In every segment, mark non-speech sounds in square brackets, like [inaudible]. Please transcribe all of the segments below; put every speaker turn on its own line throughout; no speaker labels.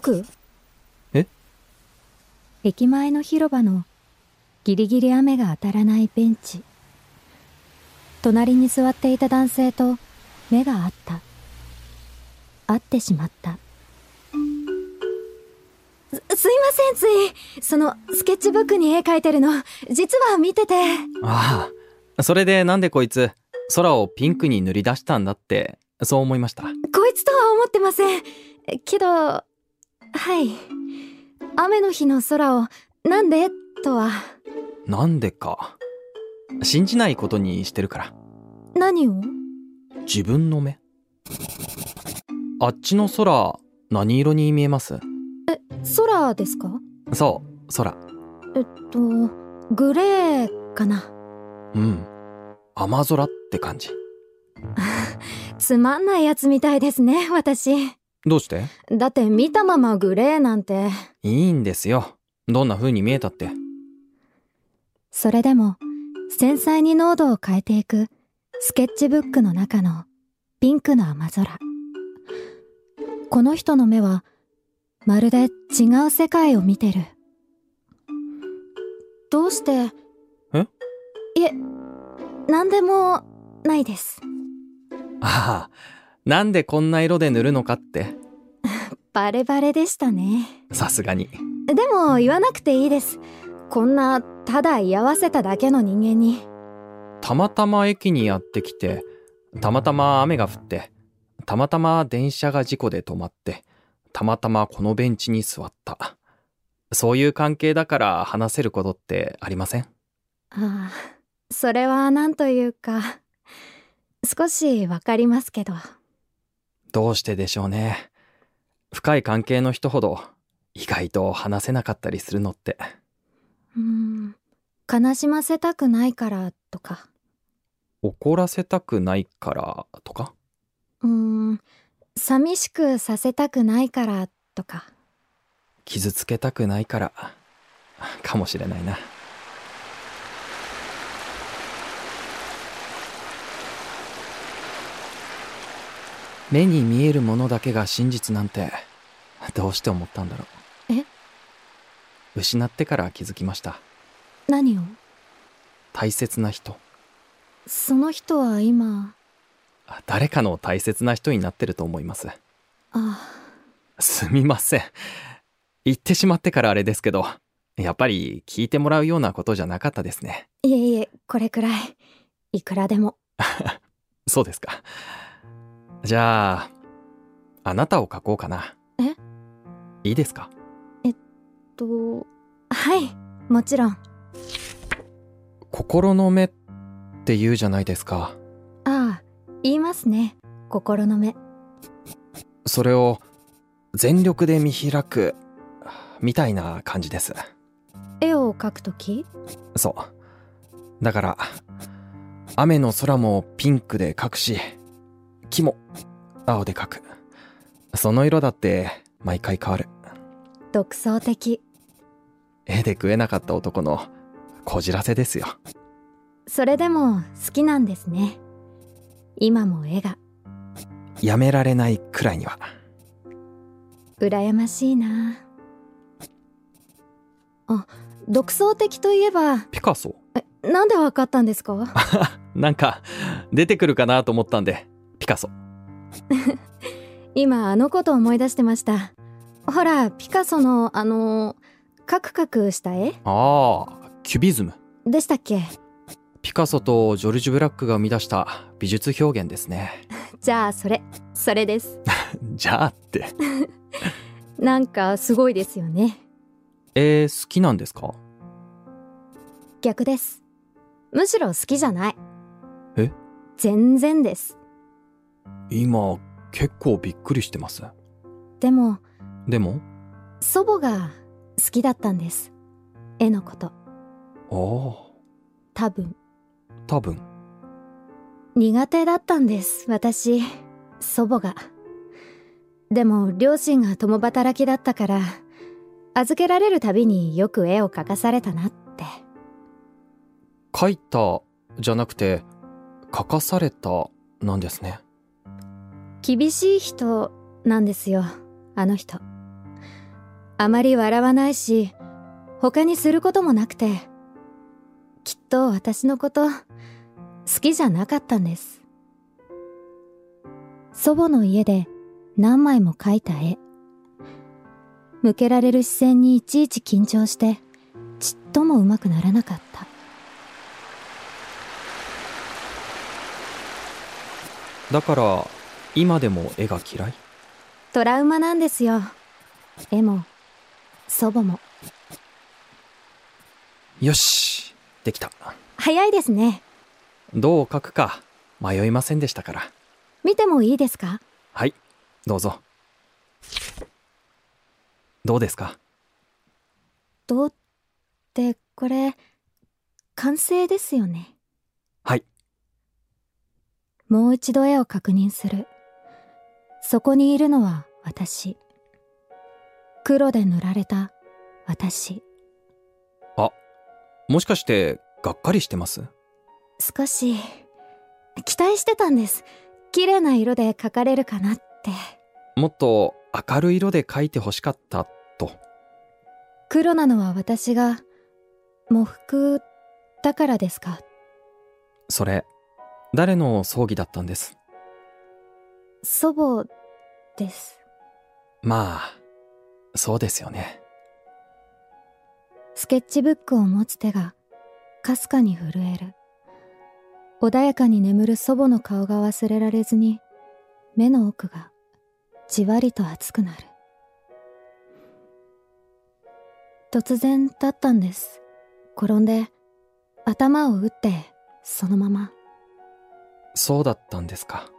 く
え
駅前の広場のギリギリ雨が当たらないベンチ隣に座っていた男性と目が合った会ってしまったすすいませんついそのスケッチブックに絵描いてるの実は見てて
ああ、それでなんでこいつ、空をピンクに塗り出したんだって、そう思いました。
こいつとは思ってませんけどはい雨の日の空をなんでとは
なんでか。信じないことにしてるから。
何を
自分の目。あっちの空、何色に見えます
空ですか
そう、空。
えっとグレーかな
うん。雨空って感じ。
つまんないやつみたいですね私
どうして
だって見たままグレーなんて
いいんですよ。どんな風に見えたって。
それでも繊細に濃度を変えていくスケッチブックの中のピンクの雨空この人の目はまるで違う世界を見てるどうして
え
いえ何でもないです
ああ、なんでこんな色で塗るのかって、
バレバレでしたね
さすがに。
でも言わなくていいですこんなただ居合わせただけの人間に
たまたま駅にやってきてたまたま雨が降ってたまたま電車が事故で止まってたまたまこのベンチに座ったそういう関係だから話せることってありません
ああ、それは何というか、少しわかりますけど。
どうしてでしょうね深い関係の人ほど意外と話せなかったりするのって
うーん、悲しませたくないからとか、
怒らせたくないからとか
うーん、寂しくさせたくないからとか。
傷つけたくないからかもしれないな目に見えるものだけが真実なんてどうして思ったんだろう
え
失ってから気づきました
何を
大切な人
その人は今、
あ誰かの大切な人になってると思います
あ
すみません言ってしまってからあれですけどやっぱり聞いてもらうようなことじゃなかったですね
あ、いえいえ、これくらい、いくらでも。
そうですか。じゃあ、あなたを書こうかな。
え
いいですか
と、はい、もちろん。あ
心の目って言うじゃないですか。
あ、言いますね。心の目。
それを全力で見開く、みたいな感じです。
絵を描くとき
そう。だから、雨の空もピンクで描くし、木も青で描く。その色だって毎回変わる。
独創的。
絵で食えなかった男のこじらせですよ。
それでも好きなんですね今も絵が
やめられないくらいには。
羨ましいなあ独創的といえば
ピカソ
えなんでわかったんですか
なんか出てくるかなと思ったんでピカソ
今あのこと思い出してましたほらピカソのあのカクカクした絵
ああキュビズム
でしたっけ
ピカソとジョルジュ・ブラックが生み出した美術表現ですね
じゃあそれそれです
[laughs] じゃあって
なんかすごいですよね
えー、好きなんですか
逆ですむしろ好きじゃない
え
全然です
今結構びっくりしてます
でも
でも
祖母が好きだったんです絵のこと
あ
多分
あ多分
苦手だったんです私祖母がでも両親が共働きだったから預けられるたびによく絵を描かされたなって
書いたじゃなくて書かされたなんですね
厳しい人なんですよあの人あまり笑わないし、他にすることもなくて、きっと私のこと、好きじゃなかったんです。祖母の家で何枚も描いた絵。向けられる視線にいちいち緊張して、ちっともうまくならなかった。
だから今でも絵が嫌い
トラウマなんですよ。絵も、祖母も。
よしできた
早いですね。
どう描くか迷いませんでしたから
見てもいいですか
はいどうぞどうですか
どうって、これ、完成ですよね。
はい。
もう一度絵を確認する。そこにいるのは私。黒で塗られた私。
もしかしてがっかりしてます
少し、期待してたんです。綺麗な色で描かれるかなって。
もっと明るい色で描いてほしかったと
黒なのは私が、喪服だからですか。
それ誰の葬儀だったんです
祖母です。
まあそうですよね
スケッチブックを持つ手がかすかに震える穏やかに眠る祖母の顔が忘れられずに目の奥がじわりと熱くなる突然だったんです転んで頭を打ってそのまま
そうだったんですか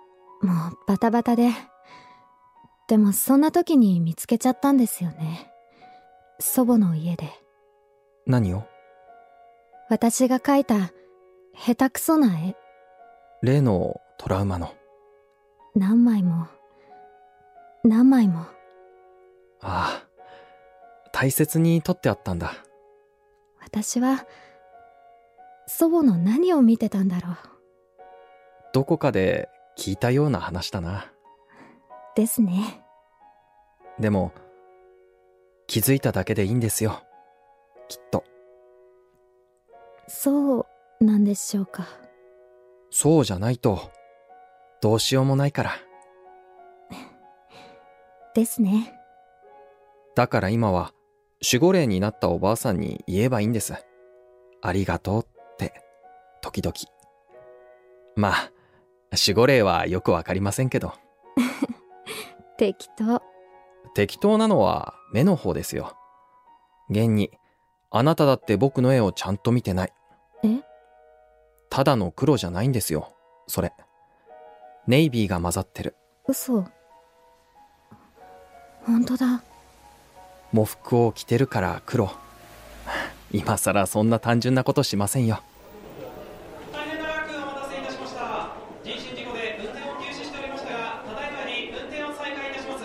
もうバタバタで。でもそんな時に見つけちゃったんですよね。祖母の家で。
何を
私が描いた下手くそな絵
例のトラウマの
何枚も何枚も
ああ大切に取ってあったんだ
私は祖母の何を見てたんだろう
どこかで聞いたような話だな
ですね
でも気づいただけでいいんですよきっと
そうなんでしょうか
そうじゃないとどうしようもないから
ですね
だから今は守護霊になったおばあさんに言えばいいんですありがとうって時々まあ守護霊はよくわかりませんけど
適当
適当なのは目の方ですよ現にあなただって僕の絵をちゃんと見てない
え
ただの黒じゃないんですよそれネイビーが混ざってる
嘘本当だ
喪服を着てるから黒今さらそんな単純なことしませんよ
大変長くお待たせいたしました人身事故で運転を休止しておりましたがただいまより運転を再開いたします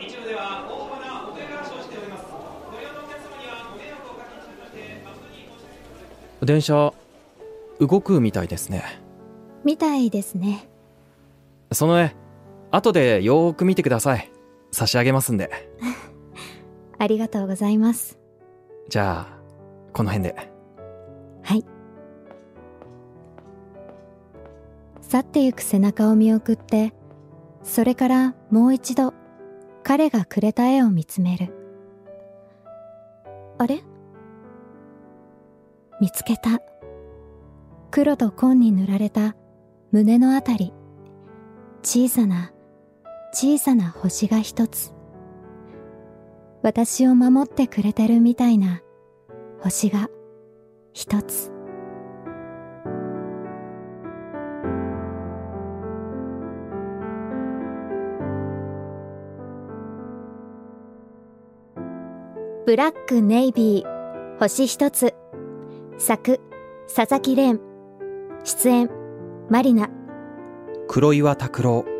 一部では大幅な遅れが生じておりますご利用のお客様にはご迷惑をおかけいたしまして誠に申し訳ございません
電車動くみたいですね
みたいですね
その絵後でよーく見てください差し上げますんで
ありがとうございます
じゃあこの辺で
はい去ってゆく背中を見送ってそれからもう一度彼がくれた絵を見つめるあれ見つけた黒と紺に塗られた胸のあたり小さな小さな星が一つ私を守ってくれてるみたいな星が一つブラックネイビー星一つ作佐々木蓮出演マリナ
黒岩拓郎